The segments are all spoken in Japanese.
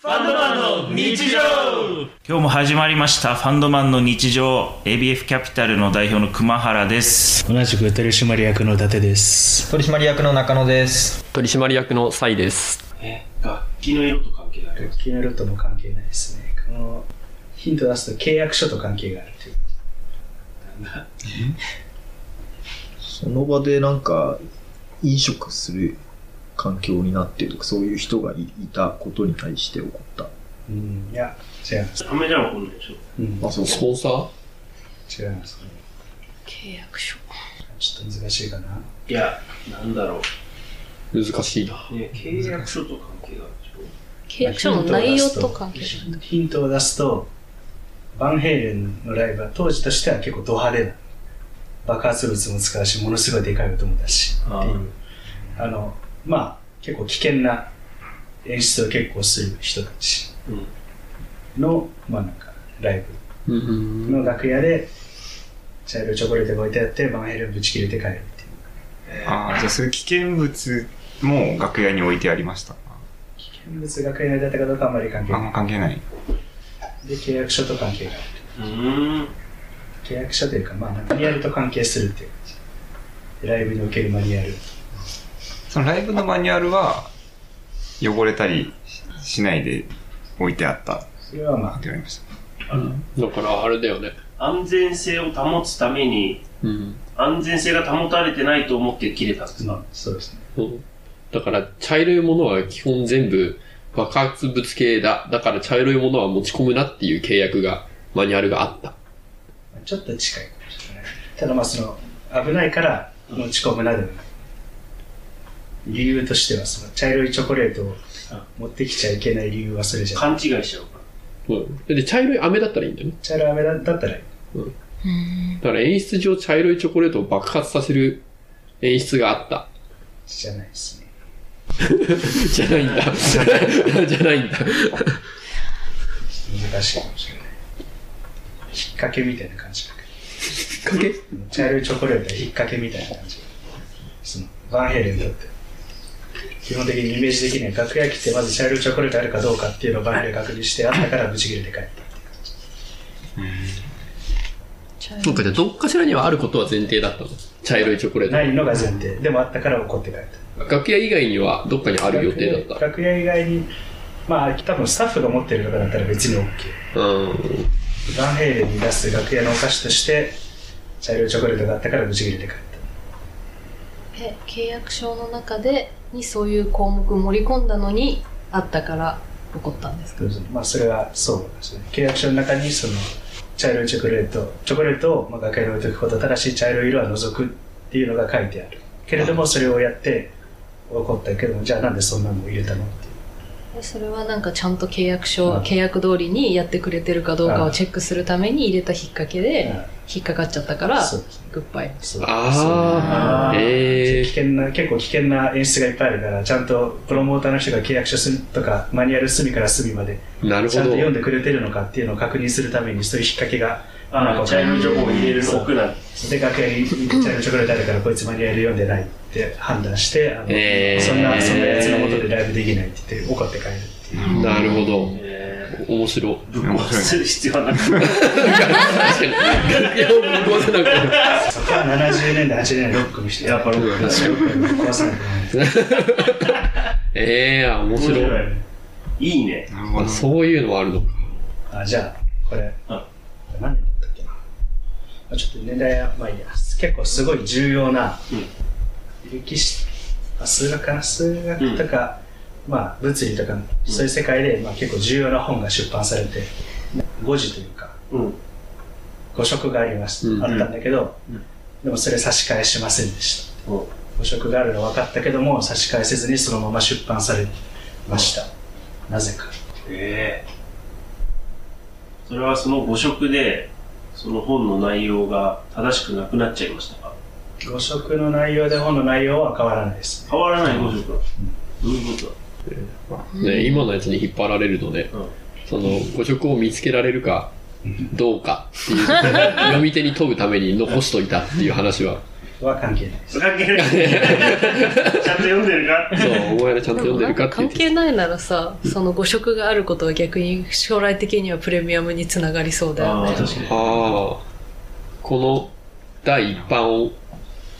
ファンドマンの日常今日も始まりましたファンドマンの日常 ABF キャピタルの代表の熊原です同じく取締役の伊達です取締役の中野です取締役のサイです楽器の色と関係ない楽器の色とも関係ないですねこのヒント出すと契約書と関係があるというその場でなんか飲食する環境になってるとか、そういう人がいいたことに対して起こった。うんいや違いますダメじゃんこんでしょうんあ、そうか。ポンサー違いますね契約書ちょっと難しいかないやなんだろ難しいなうね契約書と関係があるでしょ契約書の内容と関係があるヒントを出すとバンヘイレンのライブは当時としては結構ド派手な爆発物も使うしものすごいでかい音も出すしっていうあのまあ結構危険な演出を結構する人たちの、まあなんかライうんブの楽屋で茶色いチョコレートが置いてあってバンヘイレンぶち切れて帰るっていうああ、じゃあそういう危険物も楽屋に置いてありました。危険物学園だったかどうかはあんまり関係あんまな関係ない。いで契約書と関係があるうん契約書というか、まあ、マニュアルと関係するっていう感じライブにおけるマニュアルそのライブのマニュアルは、汚れたりししないで置いてあったってそれはまあ言われました。だからあれだよね安全性を保つためにうん、安全性が保たれてないと思って切れたんですまあそうですねうんだから茶色いものは基本全部爆発物系だだから茶色いものは持ち込むなっていう契約がマニュアルがあったちょっと近いかもしれないただまあその危ないから持ち込むなでもない理由としてはその茶色いチョコレートを持ってきちゃいけない理由はそれじゃない勘違いしちゃうかうんで茶色い飴だったらいいんだよね茶色い飴だだったらだから演出上茶色いチョコレートを爆発させる演出があったじゃないですねじゃないん だじゃないんだ難しいかもしれない引っ掛けみたいな感じかかけ茶色いチョコレートは引っ掛けみたいな感じそのバンヘイレンだって基本的にイメージできない楽屋来てまず茶色いチョコレートあるかどうかっていうのをバンヘイレン確認してあったからブチ切れて帰ったそうかじゃあどっかしらにはあることは前提だったの茶色いチョコレートないのが前提でもあったから怒って帰った楽屋以外にはどっかにある予定だっ楽屋以外にまあ多分スタッフが持ってるとかだったら別に OK た。うん。バンヘイレンに出す楽屋のお菓子として茶色いチョコレートがあったからブチ切れて帰ったえ契約書の中でにそういう項目盛り込んだのにあったから怒ったんですかまあそれはそうですね契約書の中にその茶色いチョコレートチョコレートをまあ楽屋に置いておくことただし茶色い色は除くっていうのが書いてあるけれどもそれをやって怒ったけどもじゃあなんでそんなのを入れたのっていうえそれはなんかちゃんと契約書、うん契約通りにやってくれてるかどうかをチェックするために入れた引っ掛けでうん引っかかっちゃったから、そうですねグッバイそうあああ。ーえ危険な結構危険な演出がいっぱいあるからちゃんとプロモーターの人が契約書すとかマニュアル隅から隅までー。なるほちゃんと読んど。でくれてるのかっていうのを確認するためにそういう引っ掛けがあなんあか茶色いチョコを入れるの置くなで楽屋に茶色いチョコレートあるからこいつマニュアル読んでないって判断してあの、えーそんなそんなやつのもとでライブできないって言って怒って帰るっていうなるほど。え面白い。ーぶっ壊する必要はなくて確かに。いや、もう壊せなくなるそこは70年代80年代ロックにしてやっぱロック壊さないとええー、面面白白い。い いいねなるほあど。そういうのはあるのか。あじゃあこれ、うん何年だったっけなあちょっと年代はまあいいや結構すごい重要な、歴史あ数学かな数学とか、まあ物理とかそういう世界で、まあ、結構重要な本が出版されて誤字というかうん誤植がありました、うんあったんだけど、うんでもそれ差し替えしませんでしたうん誤植があるの分かったけども差し替えせずにそのまま出版されました、なぜかええそれはその誤植でその本の内容が正しくなくなっちゃいましたか誤植の内容で本の内容は変わらないです変わらない誤植はどういうことだね、今のやつに引っ張られるとね、うんその誤植を見つけられるかどうかっていうところ、読み手に問うために残しといたっていう話はは関係ないです。関係ない。ちゃんと読んでるかそう、お前らちゃんとで読もんでなんるかか関って言って係ないならさ、その誤色があることは逆に将来的にはプレミアムにつながりそうだよああ、ね。 確かに。ああ、この第一版を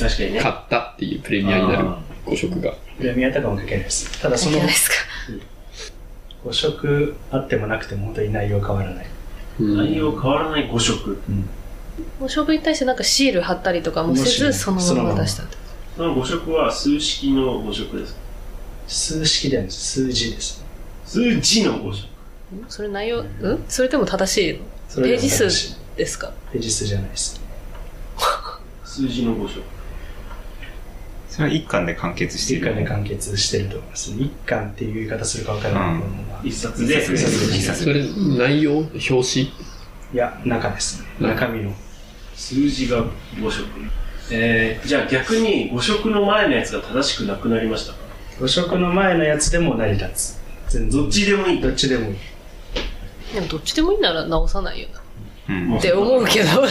確かにね。買ったっていうプレミアになるあ5色が。プレミアとかも関係ないです。ただいそいじのゃないですか。 5色あってもなくても本当に内容変わらない。うん内容変わらない5色。もう処分に対してなんかシール貼ったりとかもせず、もしそのまま出したって。その5色は数式の5色です。数式ではないです。数字です。数字の5色。んそれ内容、うんそれでも正しいのそれでもページ正数しいですかページ数じゃないです。数字の5色。それは一巻で完結してい一る。巻で完結してると思います。一巻っていう言い方するか分からないけども、まあ一冊で。一冊で一冊それ、内容表紙いや、中ですね。中身の。数字が5色。えー、じゃあ逆に5色の前のやつが正しくなくなりましたか5色の前のやつでも成り立つ。全然どっちでもいいどっちでもいい。でもどっちでもいいなら直さないよな。うんって思うけど、 ど。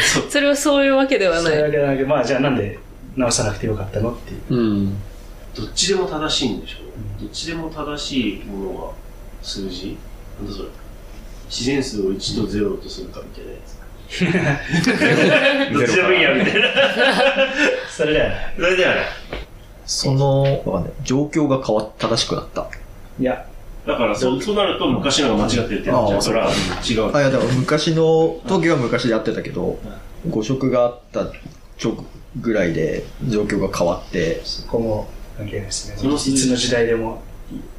そう。それはそういうわけではそなれい。だけだけまあじゃあなんで直さなくてよかったのっていう。うん。どっちでも正しいんでしょうどっちでも正しいものが数字なんだそれ自然数を1と0とするかみたいなやつ。どっちでもいいやみたいな。それではないそれではない。その、わかんない状況が変わっ正しくなった。いや、だからそうそうなると昔のが間違ってるってなっちゃうから違う。あ、いや、だから昔の、時は昔であってたけど、誤色があった直ぐらいで状況が変わって、そこも関係ないですね。そのいつの時代でも、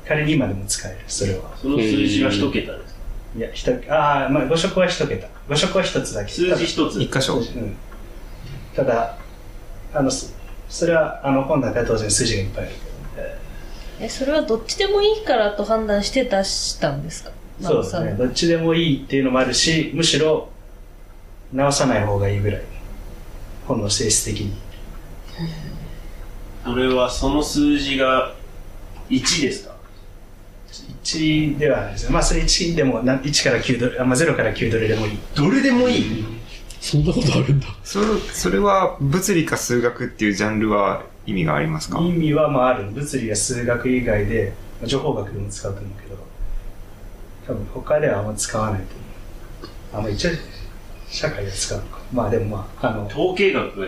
仮に今でも使える、それは。その数字が1桁です。いや、ひとああ、まあ5色は一桁。5色は一つだけ。数字1一つ。箇所。うん、ただあのそそれはあの本だけは当然筋がいっぱいあるえ、それはどっちでもいいからと判断して出したんですかけどそうですね。どっちでもいいっていうのもあるしむしろ直さない方がいいぐらい本の性質的に俺はその数字が1ですか1ではないですねまあそれ1でもな1から9ドルあ、まあ、0から9ドルでもいいどれでもいいそんなことあるんだ。それそれは物理か数学っていうジャンルは意味がありますか意味はまあある物理や数学以外でまあ情報学でも使うと思うけど多分他ではあんま使わないと思うあまあ一応社会では使うのかまあでもまああの統計学が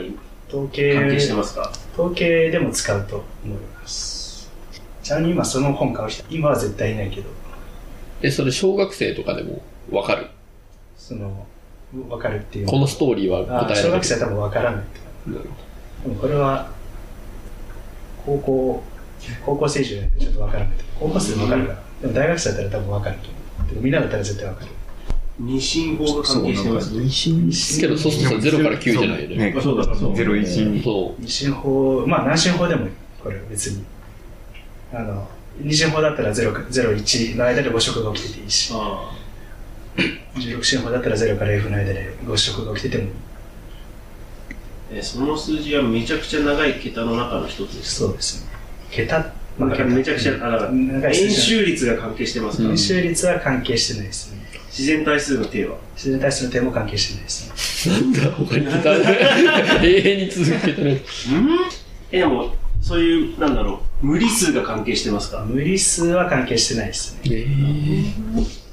統計関係してますか統計でも使うと思いますちなみに今その本買う人今は絶対いないけどえ、それ小学生とかでもわかるその分かるっていうこのストーリーはあ答え小られ学る生は多分分からないとな思るほうでもこれは高校高校生以上じゃないとちょっと分からないと思う高校生で分かるからでも大学生だったら多分分かると思うでもみんなだったら絶対分かる二進法がそ関う、な係しんかてます妊娠けど、そうすると0から9じゃないよね。ねあ。そうだからそうゼロ一に。そ二進法まあ何進法でもいいこれは別にあの二進法だったら0か01の間で誤色が起きてていいしあ16進法だったら0から F の間で誤色が起きててもいいあえーその数字はめちゃくちゃ長い桁の中の一つです。そうですね。桁、なんかめちゃくちゃ、あだから、長い数円字周率が関係してますから、うん練習率は関係してないですね。自然対数の定は。自然体数の点も関係してないですね。う。なんだ、お前答え 永遠に続けてる。えーでも、そういう、なんだろう、無理数が関係してますか無理数は関係してないですね。えー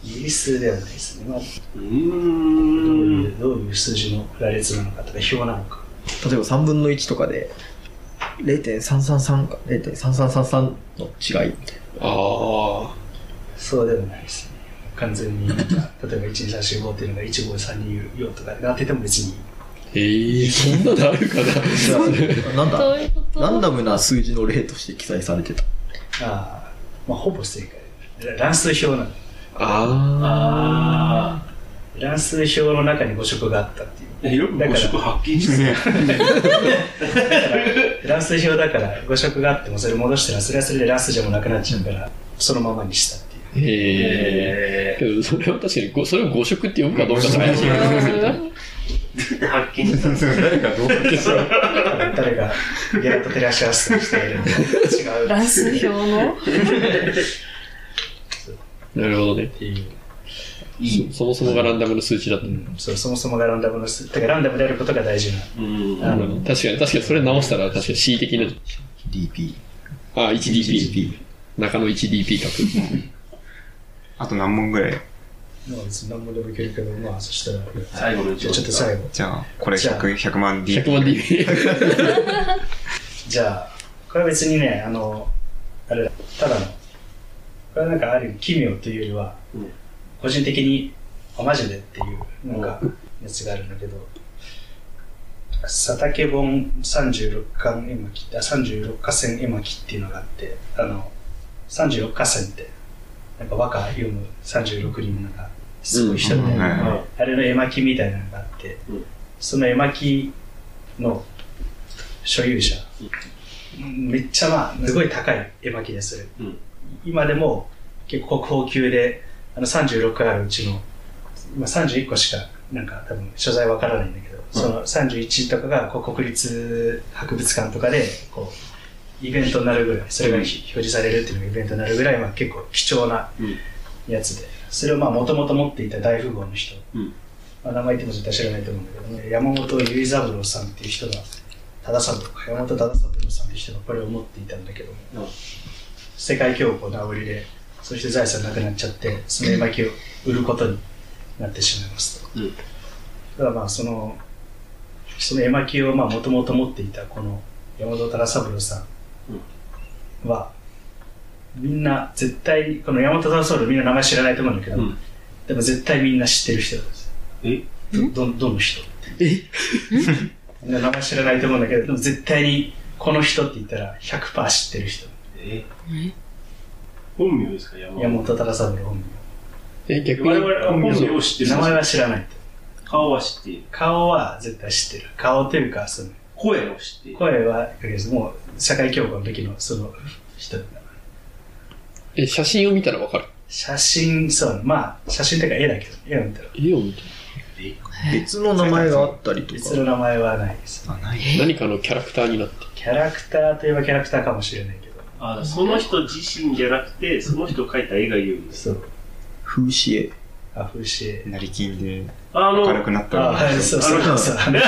無理数ではないですね。まあ、うーどういん。うどういう数字の羅列なのかとか、表なのか。例えば3分の1とかで、0.333か、0.3333の違いみたいあそうでもないですね。完全になんか、例えば12345っていうのが15324とかで当てても別にあ。えー、そんなのあるかな な。なんそだういうこランとダ ムな数字の例として記載されてた。ああ、まあ、ほぼ正解。乱数表なんでああ乱数表の中に誤色があったっていう。ー。よくだか5ら色発見してる。乱数表だから誤色があってもそれ戻したらそれはそれで乱数じゃもうなくなっちゃうからそのままにしたっていうー。へえ。えけど、それは確かにご、それを誤色って読むかどうかが怪しい。ー 発見した。誰かどう誰がゲラと照らし合わせにしているの違うっ乱数表のなるほどね。ていういい。そもそもがランダムの数値だとう。ん、そうそもそもがランダムの数だからランダムであることが大事なうん。あうのん確かに、確かにそれ直したら、確かに C 的な。 DP。あ、1DP。中野 1DP 書く。あと何問ぐらいまあ別に何もでもいけるけどまあそしたら最後の一じゃ問あちょっと最後じゃあ、これじゃあ 100, 100万 D。 100万 DP。じゃあこれは別にねあのあれだただのこれはなんかある意味奇妙というよりは、うん個人的にあマジでっていうなんかやつがあるんだけど「佐竹本36巻絵巻」あ36河川絵巻っていうのがあってあの36河川ってなんか和歌読む36人のなんかすごい人みたいな、うんうんはいあれの絵巻みたいなのがあって、うんその絵巻の所有者、めっちゃまあ、すごい高い絵巻でする。うん今でも結構高級で、あの36あるうちの、今31個しか、なんか多分所在わからないんだけど、その31とかがこう国立博物館とかで、こう、イベントになるぐらい、それがひ表示されるっていうのがイベントになるぐらい、まあ結構貴重なうんやつで、それをまあもともと持っていた大富豪の人、うんまあ、名前言っても絶対知らないと思うんだけどね、山本由井三郎さんっていう人が、忠三郎か、山本忠三郎さんっていう人がこれを持っていたんだけども、うん世界恐慌の煽りで、そして財産なくなっちゃって、その絵巻を売ることになってしまいますと。うんただまあその、その絵巻をもともと持っていたこの山本忠三郎さんは、みんな絶対、この山本忠三郎みんな名前知らないと思うんだけど、うんでも絶対みんな知ってる人なんですよ。えどどどの人え 名前知らないと思うんだけど、でも絶対にこの人って言ったら100%知ってる人。え本名ですか山山本忠三郎本え、逆に我々、は本名を知ってる名。名前は知らないと。顔は知っている顔は絶対知ってる。顔というか、その声を知っている声は、とりあえずもう社会教科の時のその人だからえ、写真を見たらわかる。写真、そう、まあ、写真というか絵だけど、絵を見たら。絵を見た別の名前があったりと別かの。名前はないです。あ、ない。ら。何かのキャラクターになって。キャラクターといえばキャラクターかもしれないけど、あその人自身じゃなくてその人を描いた絵が言うんですそう、風刺絵。アフシエ。成金であの明るくなったあ、らはい、そうそうそうそう。あの こ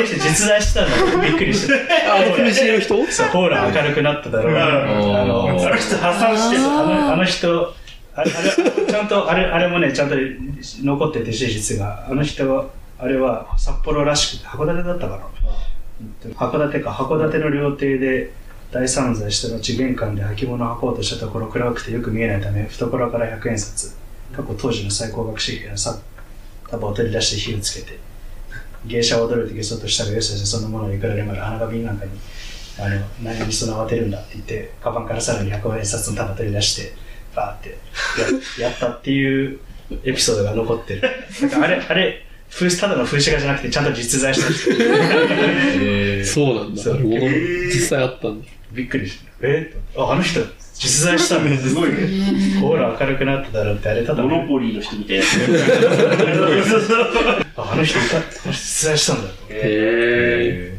の人実在してたのびっくりした。あ、あの、苦しの人そう、ほら明るくなっただろうな。あの、あの人破産してあたのあの人、あれ、あれちゃんと、あれ、あれもね、ちゃんと残ってて、事実が。あの人は、あれは札幌らしくて、函館だったかな。函館か、函館の料亭で大散財した後、玄関で履物を履こうとしたところ、暗くてよく見えないため、懐から100円札、過去当時の最高学士費やさ、束を取り出して火をつけて、芸者は驚いてゲストとしたが、よしよし、そのものをいくらでもある花が瓶なんかに、あの、何にその慌てるんだって言って、カバンからさらに100円札の束取り出して、バーってや、や ったっていうエピソードが残ってる。だからあれ、あれ、風刺ただの風刺画じゃなくて、ちゃんと実在した人。そうなんだ。そうなるほど実際あったんだ。びっくりした。えっとああの人、実在したの すごいねほら明るくなっただろうって、あれただモのノポリーの人みたいな ああの人いた、あの人実在したんだと。へえ。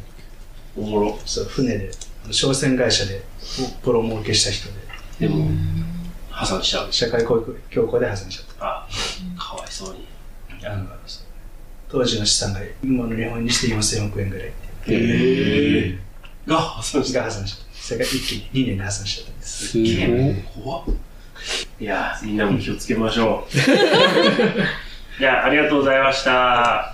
おもろそう、船で、あの商船会社で、ボロ儲けした人で、でも破産しちゃう社会教育教育で破産しちゃっあかわいそうにた。あのそう当時の資産が今の日本にして4000億円ぐらいへえが破産したが破産しちゃった。それが一気に2年で破産しちゃったんです。すごい。怖っい やーみんなも気をつけましょうじゃあありがとうございました